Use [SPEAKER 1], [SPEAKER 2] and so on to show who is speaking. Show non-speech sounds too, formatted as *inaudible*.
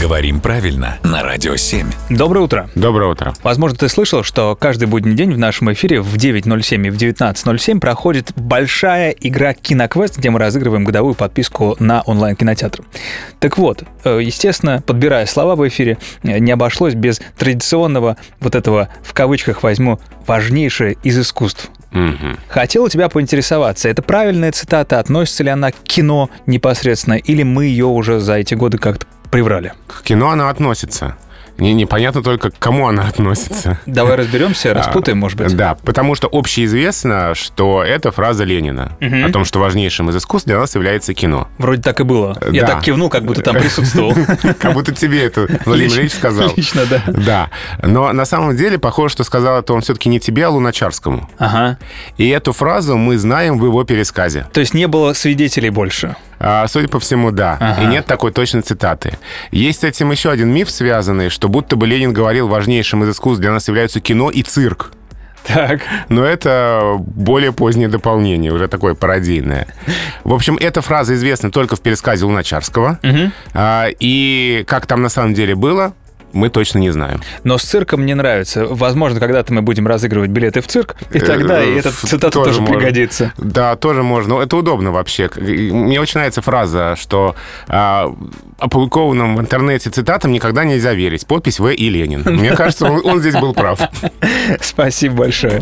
[SPEAKER 1] Говорим правильно на Радио 7.
[SPEAKER 2] Доброе утро.
[SPEAKER 3] Доброе утро.
[SPEAKER 2] Возможно, ты слышал, что каждый будний день в нашем эфире в 9.07 и в 19.07 проходит большая игра «Киноквест», где мы разыгрываем годовую подписку на онлайн-кинотеатр. Так вот, э, естественно, подбирая слова в эфире, э, не обошлось без традиционного вот этого, в кавычках возьму, важнейшее из искусств.
[SPEAKER 3] Мгм.
[SPEAKER 2] Хотела тебя поинтересоваться, это правильная цитата, относится ли она к кино непосредственно, или мы ее уже за эти годы как-то приврали?
[SPEAKER 3] К кино она относится. Мне непонятно только, к кому она *laughs* относится.
[SPEAKER 2] Давай
[SPEAKER 3] А,
[SPEAKER 2] разберемся, распутаем, может быть.
[SPEAKER 3] Да, потому что общеизвестно, что это фраза Ленина о том, что важнейшим из искусств для нас является
[SPEAKER 2] *laughs*
[SPEAKER 3] кино.
[SPEAKER 2] Вроде так и было. Я
[SPEAKER 3] Да.
[SPEAKER 2] так кивнул, как будто там
[SPEAKER 3] *laughs*
[SPEAKER 2] присутствовал.
[SPEAKER 3] Как будто тебе это Владимир Ильич сказал.
[SPEAKER 2] Лично, да.
[SPEAKER 3] Да, но на самом деле похоже, что сказал это он все-таки не тебе, а Луначарскому.
[SPEAKER 2] Ага.
[SPEAKER 3] И эту фразу мы знаем в его пересказе.
[SPEAKER 2] То есть не было свидетелей больше.
[SPEAKER 3] А, Судя по всему, да.
[SPEAKER 2] Ага.
[SPEAKER 3] И нет такой точной цитаты. Есть с этим еще один миф связанный, что будто бы Ленин говорил, важнейшим из искусств для нас являются кино и цирк.
[SPEAKER 2] Так.
[SPEAKER 3] Но это более позднее дополнение, уже такое пародийное. В общем, эта фраза известна только в пересказе Луначарского. А, И как там на самом деле было, мы точно не знаем.
[SPEAKER 2] Но с цирком мне нравится. Возможно, когда-то мы будем разыгрывать билеты в цирк, и тогда и
[SPEAKER 3] Э,
[SPEAKER 2] эта
[SPEAKER 3] ф-
[SPEAKER 2] цитата тоже,
[SPEAKER 3] можно.
[SPEAKER 2] пригодится.
[SPEAKER 3] Да, тоже можно. Это удобно вообще. И Мне очень нравится фраза, что а, опубликованным в интернете цитатам никогда нельзя верить. Подпись В. и Ленин. Мне кажется, он, он здесь был прав.
[SPEAKER 2] Спасибо большое.